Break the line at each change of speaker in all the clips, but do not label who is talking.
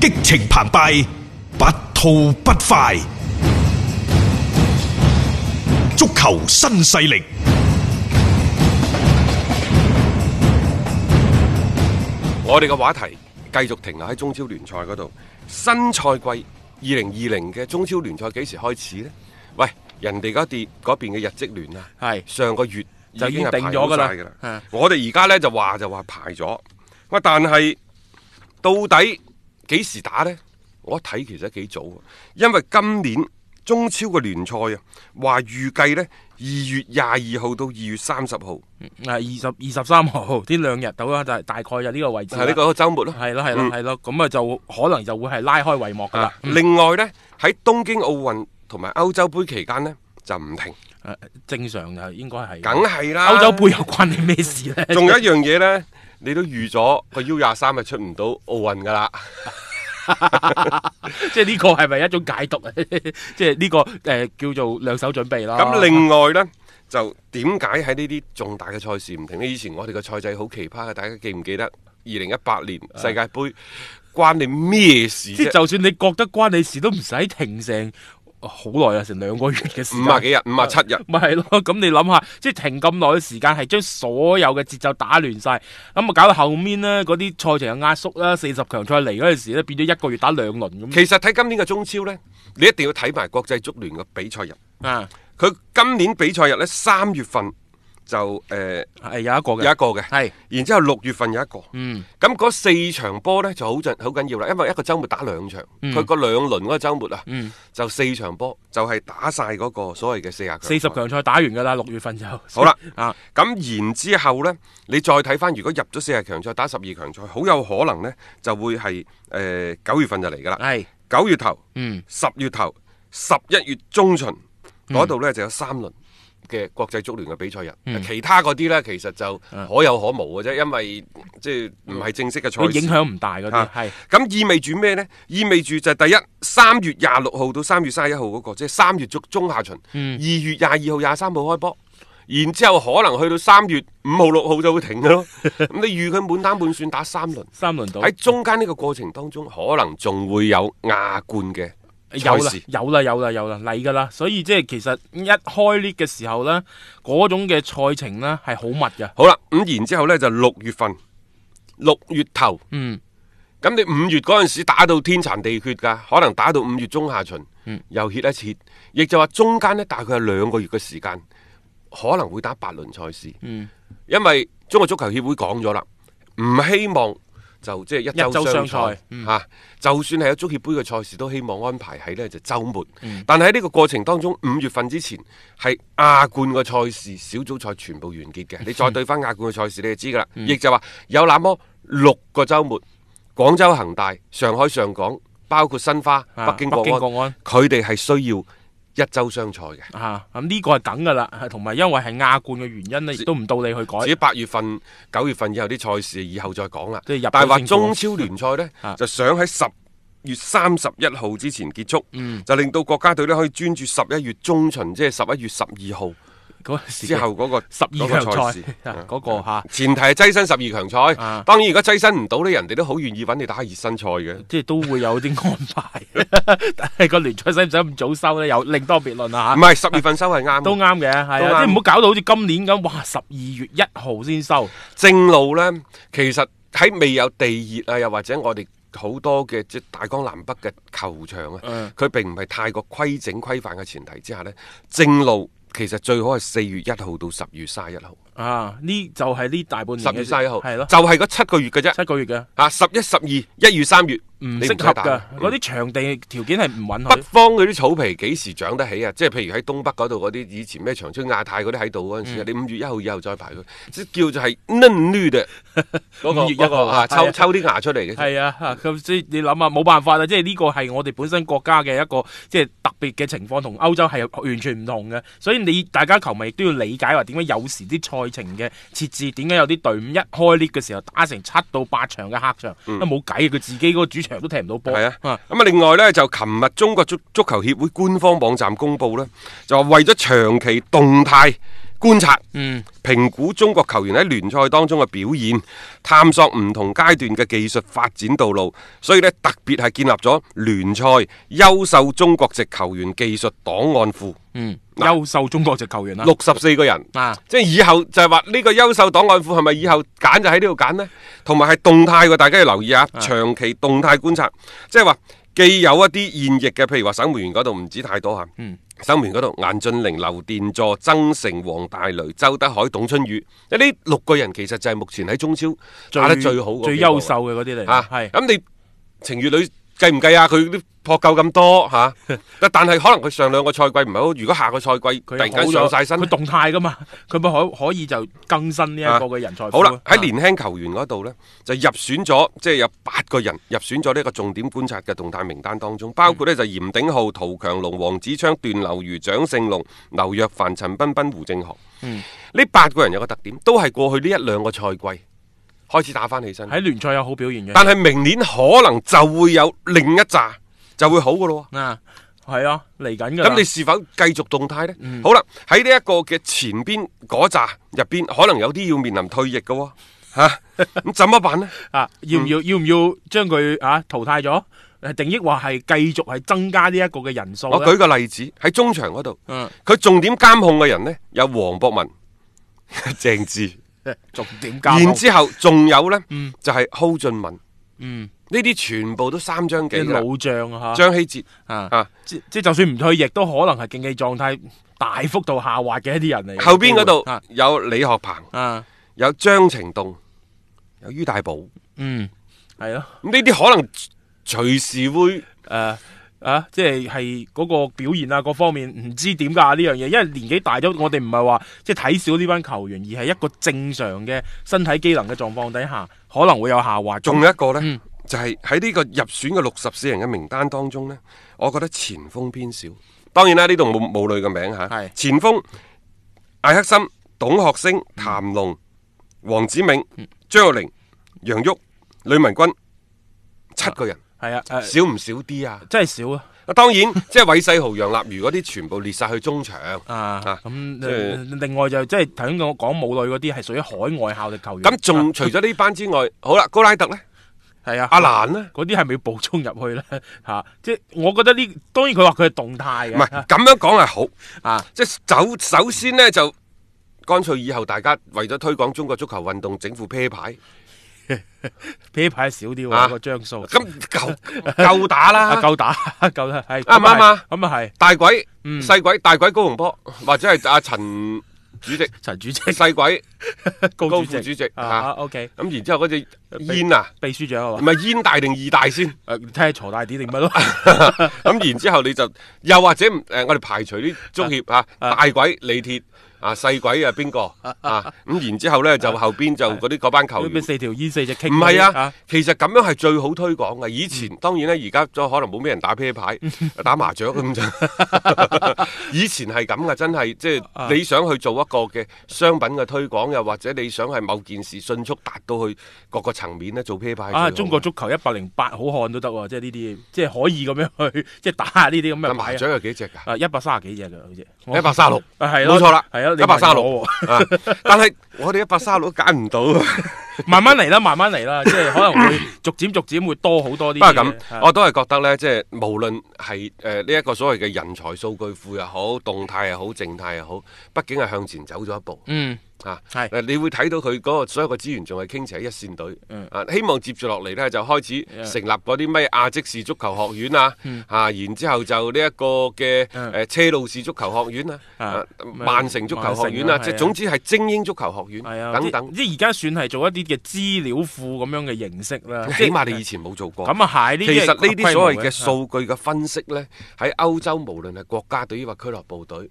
激情澎湃，不吐不快。足球新勢力。
我哋嘅話題繼續停留喺中超聯賽嗰度。新賽季二零二零嘅中超聯賽幾時開始呢？喂，人哋嗰啲嗰邊嘅日職聯啊，
係
上個月
就已經
係
定
排
咗㗎啦啊
好晒㗎
係
我哋而家呢就話就話排咗，喂，但係到底幾時打呢？我一睇其實幾早喎，因為今年中超嘅聯賽啊，話預計呢二月廿二號到二月三十號，
啊二十二十三號呢兩日到啦，就係大概就呢個位置啦。
係呢個週末咯。
係咯係咯
嗯
係咯，咁啊就可能就會係拉開帷幕噶啦
啊。另外呢，喺東京奧運同埋歐洲杯期間呢，就唔停，
誒啊正常就應該係。
啊梗係啦。
歐洲杯又關你咩事咧？
仲有一樣嘢呢，你都預咗個 U 廿三係出唔到奧運㗎啦。
即係呢個係咪一種解讀？啊即係呢個誒叫做兩手準備啦。
咁另外呢，就點解喺呢啲重大嘅賽事唔停呢？以前我哋嘅賽制好奇葩嘅，大家記唔記得？二零一八年世界盃關你咩事
即係
啫？
就算你覺得關你事，都唔使停成好耐啊，成兩個月嘅時
五啊
間。
幾日，五啊七日。
咪係咯，咁 你諗下，即係停咁耐嘅時間，係將所有嘅節奏打亂晒，咁啊搞到後面呢嗰啲賽程又壓縮啦，四十強賽嚟嗰陣時咧，變咗一個月打兩輪咁。
其實睇今年嘅中超呢，你一定要睇埋國際足聯嘅比賽日。
啊，
佢今年比賽日呢，三月份就誒、呃
係有一個
有
嘅，
一個嘅。
係
然之後六月份有一個，
嗯
咁嗰四場波呢就好緊好緊要啦，因為一個週末打兩場，
嗯
佢個兩輪嗰個週末啊，
嗯，
就四場波，就係打晒嗰個所謂嘅四十強。
四十強賽打完㗎啦，六月份就好
好啦
啊，
咁然之後呢，你再睇翻，如果入咗四十強賽打十二強賽，好有可能呢就會係誒九月份就嚟㗎啦，
係
九月頭、
嗯
十月頭、十一月中旬嗰度呢就有三輪。嘅國際足聯嘅比賽日，
嗯
其他嗰啲呢，其實就可有可無嘅啫，因為即係唔係正式嘅賽
佢
事。
影響唔大嗰啲
啊
係
咁意味住咩呢？意味住就係第一，三月廿六號到三月三十一號嗰個，即係三月中中下旬，二、
嗯
月廿二號、廿三號開波，然之後可能去到三月五號、六號就會停嘅 咯。咁你預佢滿打滿算打三輪，
三輪到
喺中間呢個過程當中，可能仲會有亞冠嘅
有
賽
啦
事，
有啦，有啦，有啦，嚟㗎啦，所以即係其實一開 lift 嘅時候呢，嗰種嘅賽程呢係好密㗎。
好啦，咁然之後呢，就六月份，六月頭，
嗯，
咁你五月嗰陣時打到天殘地缺㗎，可能打到五月中下旬，
嗯
又歇一歇，亦就話中間呢，大概有兩個月嘅時間，可能會打八輪賽事。
嗯
因為中國足球協會講咗啦，唔希望就即係一
一周
周
雙
雙
賽
賽
嗯
嚇、啊就算係有足協杯嘅賽事，都希望安排喺呢就週末。
嗯
但係喺呢個過程當中，五月份之前係亞冠嘅賽事小組賽全部完結
嗯
嘅，你再對翻亞冠嘅賽事，你就知㗎啦。亦、就話有那麼六個週末，廣州恒大、上海上港，包括申花、
啊
北京國
北京
安，
國安
佢哋係需要一周雙賽嘅。
啊，咁呢個係梗㗎啦，同埋因為係亞冠嘅原因呢，亦都唔到你去改
至。於八月份、九月份以後啲賽事，以後再講啦。
即係入
但係話
到正
中
果
超聯賽
啊
呢，就想喺十月三十一號之前結束，
嗯
就令到國家隊呢可以專注十一月中旬，即係十一月十二號
嗰陣時
之後嗰、個
十二強
嗰個
賽
事
啊 嗰個嚇，
前提係躋身十二強賽。
啊
當然，如果躋身唔到呢，人哋都好願意揾你打熱身賽嘅。
即係都會有啲安排。 但係個聯賽使唔使咁早收呢？有另當別論啦
唔
嚇。
係十月份收係啱
都
嘅，
啱嘅，係
嗯都
啊，
啱
即係唔好搞到好似今年咁，哇！十二月一號先收，
正路呢，其實喺未有地熱啊，又或者我哋好多嘅即係大江南北嘅球場啊。
嗯，
佢並唔係太過規整規範嘅前提之下呢，正路其實最好係四月一號到十月三十一號，
啊，呢就係呢大半年
十
嘅
月三十一號
嗯係咯，
就係嗰七個月嘅啫。
七個月嘅。
啊，十一、十二、一月、三月
唔
你
適
使
合
打
㗎，嗰
嗯
啲場地條件係唔允
北
許。
方嗰啲草皮幾時長得起啊？即係譬如喺東北嗰度嗰啲，以前咩長春亞泰嗰啲喺度嗰陣時
嗯
啊，你五月一號以後再排佢，即係叫做係嫩綠嘅嗰個
五月一號
嗰個啊，
係
抽
啊
抽啲芽出嚟嘅啫。
係啊，嚇咁所以你諗下，冇辦法啦，即係呢個係我哋本身國家嘅一個即係特別嘅情況，同歐洲係完全唔同嘅。所以你大家球迷亦都要理解話點解有時啲賽程嘅設置，點解有啲隊伍一開 lift 嘅時候打成七到八場嘅客場，因為冇計，佢自己嗰個主場都踢唔到波。
嗯係啊，咁啊，另外呢，就琴日中國足足球協會官方網站公布呢，就話為咗長期動態觀察。
嗯，
評估中國球員喺聯賽當中嘅表現，探索唔同階段嘅技術發展道路，所以呢，特別係建立咗聯賽優秀中國籍球員技術檔案庫，
嗯，
嗱
優秀中國籍球員啦，
六十四個人。
啊，
即係以後就係話呢個優秀檔案庫係咪以後揀就喺呢度揀呢？同埋係動態嘅，大家要留意啊！長期動態觀察，即係話既有一啲現役嘅，譬如話守門員嗰度唔止太多嚇，
嗯
守門員嗰度顏俊寧、劉殿座、曾誠、黃大雷、周德海、董春雨，呢六個人其實就係目前喺中超打得最好嗰
最
幾個
優秀嘅嗰啲嚟，
啊，
係
咁你情越女計唔計啊？佢啲撲救咁多嚇， 但但係可能佢上兩個賽季唔係好，如果下個賽季突
佢
然
好
間
咗
上晒身
佢。動態噶嘛，佢咪可可以就更新呢一個嘅人才庫
啊好啦，喺
啊
年輕球員嗰度呢，就入選咗，即係有八個人入選咗呢一個重點觀察嘅動態名單當
嗯
中，包括呢就嚴鼎浩、陶強龍、黃子昌、段劉愚、蔣勝龍、劉若凡、陳彬彬、胡正航。
嗯
呢八個人有個特點，都係過去呢一兩個賽季開始打翻起身，
啊喺聯賽有好表現嘅，
但係明年可能就會有另一紮就會好嘅咯喎。
啊，係嗯啊，嚟緊噶，
咁你是否繼續動態呢？好啦，喺呢一個嘅前邊嗰扎入邊，可能有啲要面臨退役嘅喎、 嚇咁怎麼辦呢？
啊，要唔要、要唔要將佢啊淘汰咗？誒定抑或係繼續係增加呢一個嘅人數
我
咧
舉個例子喺中場嗰度，
啊嗯，
佢重點監控嘅人呢，有黃博 文、鄭智，
重點加
然之後仲有呢，
嗯
就係蒿俊文，
嗯，
呢啲全部都三張幾
啲
啦。
老將啊嚇
張希哲
啊，
啊，
即即就算唔退役，都可能係競技狀態大幅度下滑嘅一啲人嚟嘅。
後邊嗰
啊
度有李學鵬，
啊，
有張程棟，有于大寶，
嗯，係咯，
咁呢啲可能隨時會。
誒。啊，即係係嗰個表現啊，各方面唔知點㗎呢樣嘢，因為年紀大咗，我哋唔係話即係睇少呢班球員，而係一個正常嘅身體機能嘅狀況底下，可能會有下滑。
仲有一個呢，
嗯
就係喺呢個入選嘅六十四人嘅名單當中呢，我覺得前鋒偏少。當然啦，呢度冇冇類嘅名嚇
係。
前鋒艾克森、董學升、
嗯
譚龍、黃子銘、張玉寧、楊旭、呂文君，七個人，
係啊，誒、
少唔少啲啊？
真係少啊！
當然， 即係韋世豪、楊立瑜嗰啲全部列晒去中場。
啊，咁
即係
誒另外就即係頭先我講母女嗰啲係屬於海外效力球員，
咁仲除咗呢班之外，好啦，高拉特呢？
係啊
阿蘭呢？
嗰啲係咪要補充入去咧？ 嚇、即係我覺得呢，當然佢話佢係動態嘅，
唔係咁樣講係好。
啊，
即係首首先呢，就乾脆以後大家為咗推廣中國足球運動整副啤牌，
啤牌少啲
啊
喎個張數，
咁夠夠打
啊
啦！
夠打 夠打係
啱唔啱啊？
咁啊係
大鬼、
嗯
細鬼、大鬼高洪波，或者係阿陳主 席、
陳主席、
細鬼
高
高
主
副
席
主席
啊
嚇。
，OK，
咁然之後嗰隻煙啊，
秘書長係
唔
嘛？
係煙大定二大先。
誒睇下鋤大啲定乜咯？
咁然之後你就又或者唔誒，我哋排除啲足協啊，
啊
大鬼李鐵啊，細鬼啊邊個啊？咁然之後呢，就後邊就嗰啲嗰班球員
啊咩。四條煙四隻傾？
唔係啊，其實咁樣係最好推廣嘅。以
嗯
前當然咧，而家就可能冇咩人打啤 牌、打麻雀咁就。以前係咁嘅，真係即
啊
係你想去做一個嘅商品嘅推廣，又或者你想係某件事迅速達到去各個層面咧，做啤牌係最好
啊！
嘅
中國足球一百零八好漢都得喎，即係呢啲，即係可以咁樣去， 即係打下呢啲咁
打
嘅
麻
牌啊
雀有幾隻㗎？
啊，一百三十幾隻嘅好似，我
一百三十六，
啊係咯，
冇錯啦
係咯，你
136
問我喎
啊但係我哋一百三十六都揀唔到。啊
慢慢嚟啦，慢慢嚟 啦，即係可能會逐漸逐漸會多好多
不
啲
過
嘢。啊
咁，
係
我都係覺得呢，即係無論係誒呢一個所謂嘅人才數據庫又好，動態又好，靜態又好，畢竟係向前走咗一步。
嗯
啊，
係
誒你會睇到佢嗰個所有嘅資源仲係傾斜喺一線隊，
嗯
啊，希望接住落嚟呢，就開始成立嗰啲咩亞積士足球學院啊，啊，然之後就呢一個嘅
嗯
誒車路士足球學院啊，
啊
啊
咩
曼城足球學院啊，
曼
即
城啊係
係
啊
總之係精英足球學院
係啊，
等等，
即即而家算係做一啲嘅資料庫咁樣嘅形式啦。
起碼
即
你以前冇做過。
咁啊係呢
其
啲
實
係
呢啲所謂嘅
規模啊
數據嘅分析呢，喺歐洲無論係國家隊抑或俱樂部隊，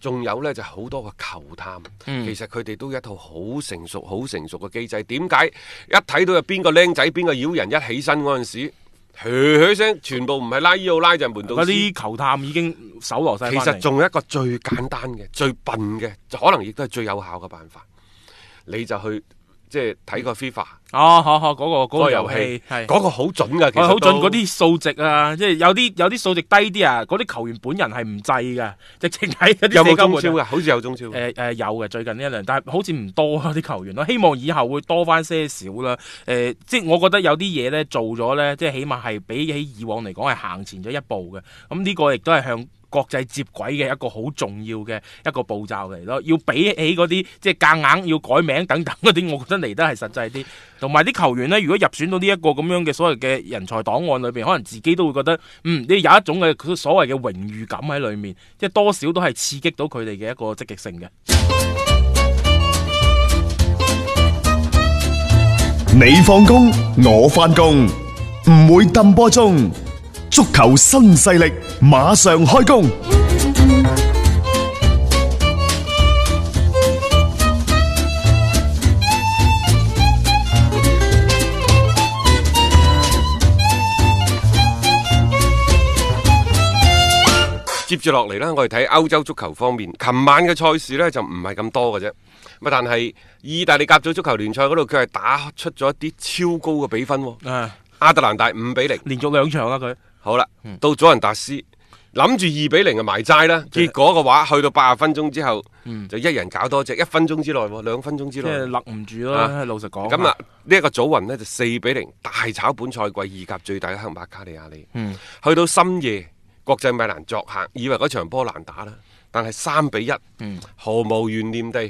仲有呢就好多嘅球探，
嗯
其實佢哋都有一套好成熟、好成熟嘅機制。點解一睇到有邊個僆仔、邊個妖人一起身嗰陣時，噓噓聲，全部唔係拉伊奧拉就係門
嘅
道
嗰
斯。
啲球探已經搜羅晒
其
翻嚟
實仲有一個最簡單嘅、最笨嘅，可能亦都係最有效嘅辦法，你就去即係睇過 FIFA
哦，好好，嗰、個嗰、
嗰
個
個
遊
遊
戲
戲，
係。
嗰個好準㗎，其
我
實
好準
都
嗰啲數值啊，即係有啲有啲數值低啲啊，嗰啲球員本人係唔制噶，直情喺嗰
有
啲社
冇
交
中
媒體
超㗎？好似有中超㗎。
誒誒、呃有嘅最近呢一輪，但係好似唔多啊啲球員咯，希望以後會多翻些少啦。誒、呃即係我覺得有啲嘢咧做咗咧，即係起碼係比起以往嚟講係行前咗一步嘅。咁、呢個亦都係向國際接軌嘅一個好重要嘅一個步驟嚟咯。要比起嗰啲即係夾硬要改名等等嗰啲，我覺得嚟得係實際啲。同埋啲球員呢，如果入選到呢一個咁樣嘅所謂嘅人才檔案裏邊，可能自己都會覺得，嗯，你有一種嘅所謂嘅榮譽感喺裏面，即係多少都係刺激到佢哋嘅一個積極性嘅。
你放工，我翻工，唔會抌波鐘。足球新勢力馬上開工。
接住落嚟呢，我哋睇歐洲足球方面，琴晚嘅賽事呢就唔係咁多嘅啫。咁啊但係意大利甲組足球聯賽嗰度，佢係打出咗一啲超高嘅比分喎。
啊，
亞特蘭大五比零，
連續兩場啦啊佢，
好啦，
嗯
到佐仁達斯諗住二比零就埋齋啦。結果嘅話，去到八十分鐘之後，就一人搞多隻，一分鐘之內喎，兩分鐘之
嗯即係
內。
勒唔住
啊
咯，老實講。
咁啊，，呢一個祖雲呢就四比零大炒本賽季意甲最大嘅黑馬卡利亞里。
嗯
去到深夜，國際米蘭作客，以為嗰場波難打啦，但係三比一，
嗯
毫無懸念地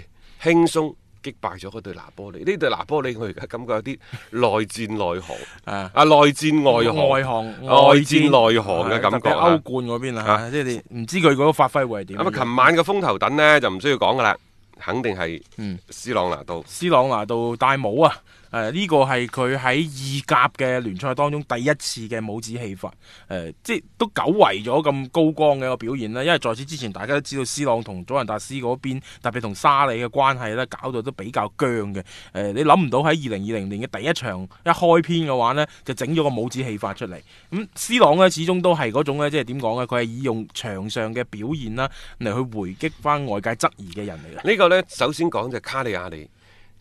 輕鬆擊敗咗嗰對拿波利。呢對拿波利我而家感覺有啲內戰內 行，
啊
啊內戰外行，
外行
外戰內行嘅感覺
特別
啊
歐冠嗰邊啊，
啊
即係你唔知佢嗰個發揮會係點。
咁啊，琴晚嘅風頭等呢，就唔需要講噶啦，肯定係
嗯
斯朗拿度。
斯朗拿度戴帽啊！誒、呢、個係佢喺意甲嘅聯賽當中第一次嘅帽子戲法，誒、即係都久違咗咁高光嘅一個表現啦。因為在此之前，大家都知道斯朗同祖雲達斯嗰邊，特別同沙利嘅關係咧，搞到都比較僵嘅。誒、你諗唔到喺二零二零年嘅第一場一開篇嘅話呢，就整咗個帽子戲法出嚟。咁、斯朗呢，始終都係嗰種咧，即係點講呢？佢係以用場上嘅表現啦嚟去回擊翻外界質疑嘅人嚟嘅。
呢個呢，首先講就係卡利亞利，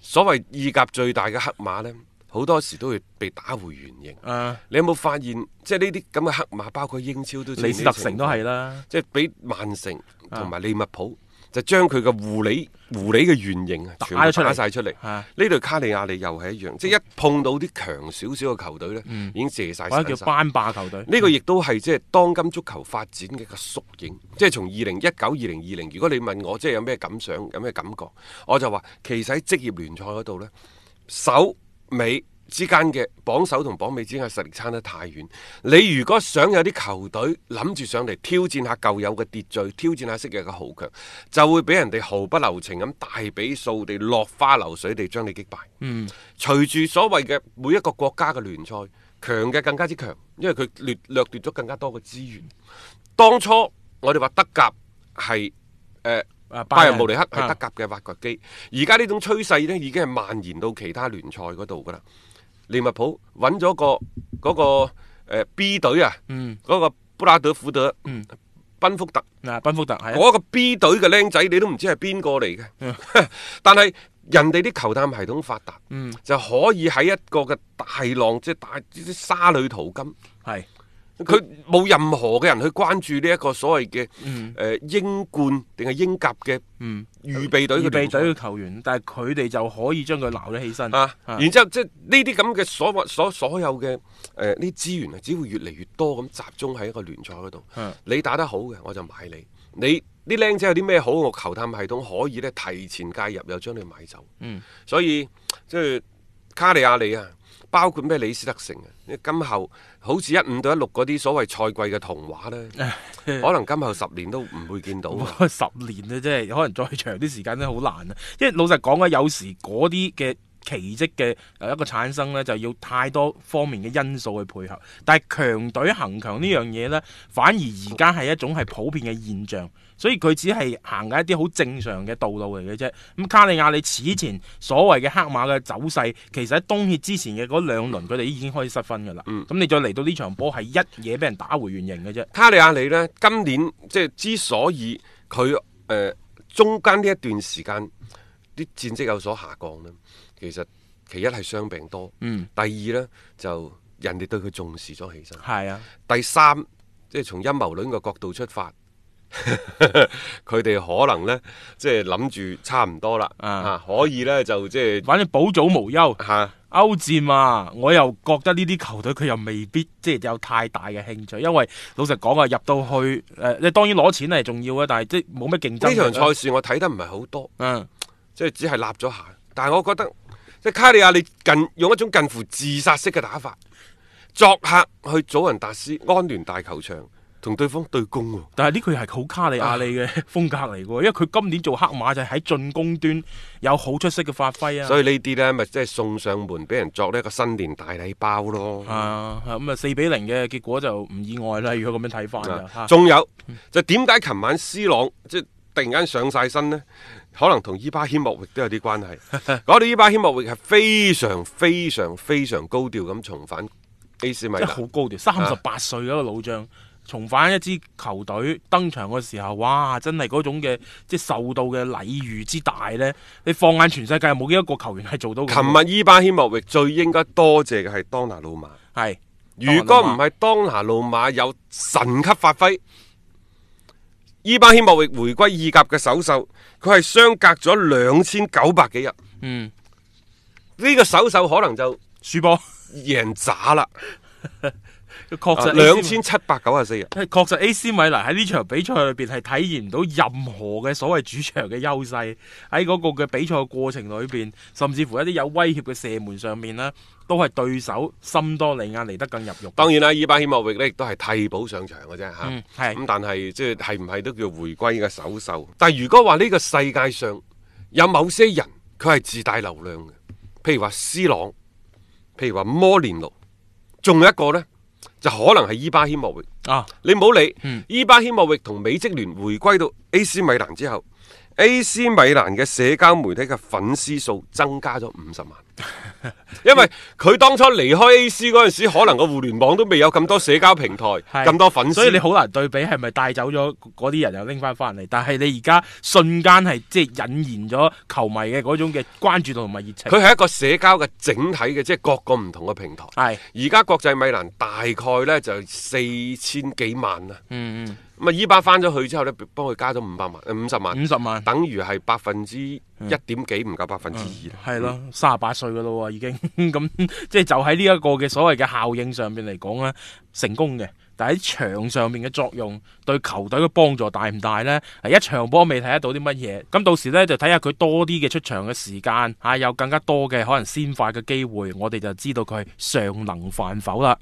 所謂意甲最大嘅黑馬呢，好多時都會被打回原形。啊
誒、
你有冇發現，即係呢啲咁嘅黑馬，包括英超都出現
李斯特
呢啲情
城
況
都係啊啦。
即係俾曼城同埋利物浦就將佢嘅狐狸狐狸嘅原型啊，
打
全部
咗出嚟
打晒出嚟。
啊
呢隊卡利亞利又係一樣，即係一碰到啲強少少嘅球隊呢，已經射晒
嗯或
散
者叫
晒
班霸球隊。
呢個亦都係即係當今足球發展嘅一個縮影，即係從二零一九、二零二零。如果你問我即係有咩感想、有咩感覺，我就話其實喺職業聯賽嗰度呢，首尾之間嘅榜首同榜尾之間嘅實力差得太遠。你如果想有啲球隊諗住上嚟挑戰下舊有嘅秩序，挑戰下昔日嘅豪強，就會俾人哋毫不留情咁大比數地落花流水地將你擊敗。嗯，隨住所謂嘅每一個國家嘅聯賽，強嘅更加之強，因為佢掠掠奪咗更加多嘅資源。當初我哋話德甲係誒。呃
啊拜
拜仁
仁
慕尼黑係
啊
德甲嘅挖掘機，而家呢種趨勢呢已經係蔓延到其他聯賽嗰度噶啦。利物浦揾咗個嗰、個呃 B 隊啊，嗰、
嗯
個布拉德福德、賓福特
嗱，賓福特係啊
嗰個 B 隊嘅僆仔，你都唔知係邊個嚟
嗯
嘅。 但係人哋啲球探系統發達，
嗯
就可以喺一個嘅大浪，即係大啲沙裏淘金。
係
佢冇任何嘅人去關注呢一個所謂嘅
嗯
誒英冠定係英甲嘅預備隊嘅
預備
聯賽
隊嘅球員，但係佢哋就可以將佢鬧得起身
啊！
啊
然之後即係呢啲咁嘅所謂所所有嘅誒呢資源啊，只會越嚟越多咁集中喺一個聯賽嗰度
嗯。
你打得好嘅，我就買你。你啲僆仔有啲咩好，我球探系統可以咧提前介入，又將你買走。
嗯
所以即係卡利亞里啊，包括咩李斯特城啊，今後好似一五到一六嗰啲所謂賽季嘅童話 呢，可能今後十年都唔會見到。啊
十年咧，即係可能再長啲時間都好難啊！因為老實講啊，有時嗰啲嘅奇蹟嘅誒一個產生呢，就要太多方面嘅因素去配合。但係強隊行強呢樣嘢呢，反而而家係一種係普遍嘅現象，所以佢只係行緊一啲好正常嘅道路嚟嘅啫。咁卡利亞里此前所謂嘅黑馬嘅走勢，其實喺冬歇之前嘅嗰兩輪，佢哋已經開始失分㗎啦。咁、你再嚟到呢場波係一嘢俾人打回原形嘅啫。
卡利亞里呢，今年即係之所以佢誒、呃中間呢一段時間啲戰績有所下降呢，其實其一係傷病多，
嗯
第二呢，就人哋對佢重視咗起身。
係啊，
第三，即係從陰謀論嘅角度出發， 佢哋可能呢，即係諗住差唔多啦，
啊
啊，可以呢，就即係
反正保祖無憂。
嚇。
歐戰啊，我又覺得呢啲球隊佢又未必即係有太大嘅興趣，因為老實講啊，入到去誒，你、當然攞錢係重要嘅，但係即係冇乜競爭
呢
力啊。
場賽事我睇得唔係好多，
嗯，
即係只係立咗下。但係我覺得即係卡利亞，你近用一種近乎自殺式嘅打法，作客去祖雲達斯安聯大球場同對方對攻喎。
但係呢佢係好卡利亞利嘅風格嚟嘅喎，因為佢今年做黑馬就係喺進攻端有好出色嘅發揮啊。
所以呢啲呢咪即係送上門俾人作呢一個新年大禮包咯。
啊，係咁啊，四比零嘅結果就唔意外啦。如果咁樣睇翻就
啊
嚇
仲有就點解琴晚 C 朗即係突然間上晒身呢？可能同伊巴謙莫域都有啲關係。 嗰度伊巴謙莫域係非常非常非常高調咁重返 AC 米蘭
真係好。高調，三十八歲嗰個老
啊
將。重返一支球隊登場嘅時候，哇！真係嗰種嘅即係受到嘅禮遇之大呢。你放眼全世界冇幾多個球員係做到咁
琴
嘅。
日伊巴希莫域最應該多謝嘅係當拿魯馬。
係，
如果唔係啊當拿魯馬有神級發揮，伊巴希莫域回歸意甲嘅首秀，佢係相隔咗兩千九百幾日。
嗯，
呢、個首秀可能就
輸波
贏渣啦，
確實
兩
AC
千七百九十四日。
確實 AC 米蘭喺呢場比賽裏邊係體現唔到任何嘅所謂主場嘅優勢，喺嗰個嘅比賽嘅過程裏邊，甚至乎一啲有威脅嘅射門上面呢，都係對手森多利亞嚟得更入肉。
當然啦，伊巴希莫域呢亦都係替補上場嘅啫嚇。
嗯
咁、
係
但係即係係唔係都叫回歸嘅首秀？但係如果話呢個世界上有某些人佢係自帶流量嘅，譬如話 C 朗，譬如話摩連奴，仲有一個呢，就可能係伊巴希莫域。
啊，
你唔好理，
嗯
伊巴希莫域同美職聯回歸到 AC 米蘭之後，AC 米蘭嘅社交媒體嘅粉絲數增加咗五十萬， 因為佢當初離開 AC 嗰陣時，可能個互聯網都未有咁多社交平台，
係
咁多粉絲，
所以你好難對比係咪帶走咗嗰啲人又拎翻翻嚟，但係你而家瞬間係即係引燃咗球迷嘅嗰種嘅關注度同埋熱情。
佢係一個社交嘅整體嘅，即係各個唔同嘅平台。
係，
而家國際米蘭大概呢就四千幾萬啦，
嗯嗯，
咁啊伊巴翻咗去之後呢，幫佢加咗五百萬，呃五十萬，
五十萬。
等於係百分之一點幾，唔夠百分之二。
係咯，三十八歲噶咯喎，已經 咁即係就喺呢一個嘅所謂嘅效應上面嚟講咧，成功嘅。但喺場上面嘅作用對球隊嘅幫助大唔大呢？係一場波未睇得到啲乜嘢，咁到時呢，就睇下佢多啲嘅出場嘅時間，啊嚇、有更加多嘅可能先發嘅機會，我哋就知道佢上能犯否啦。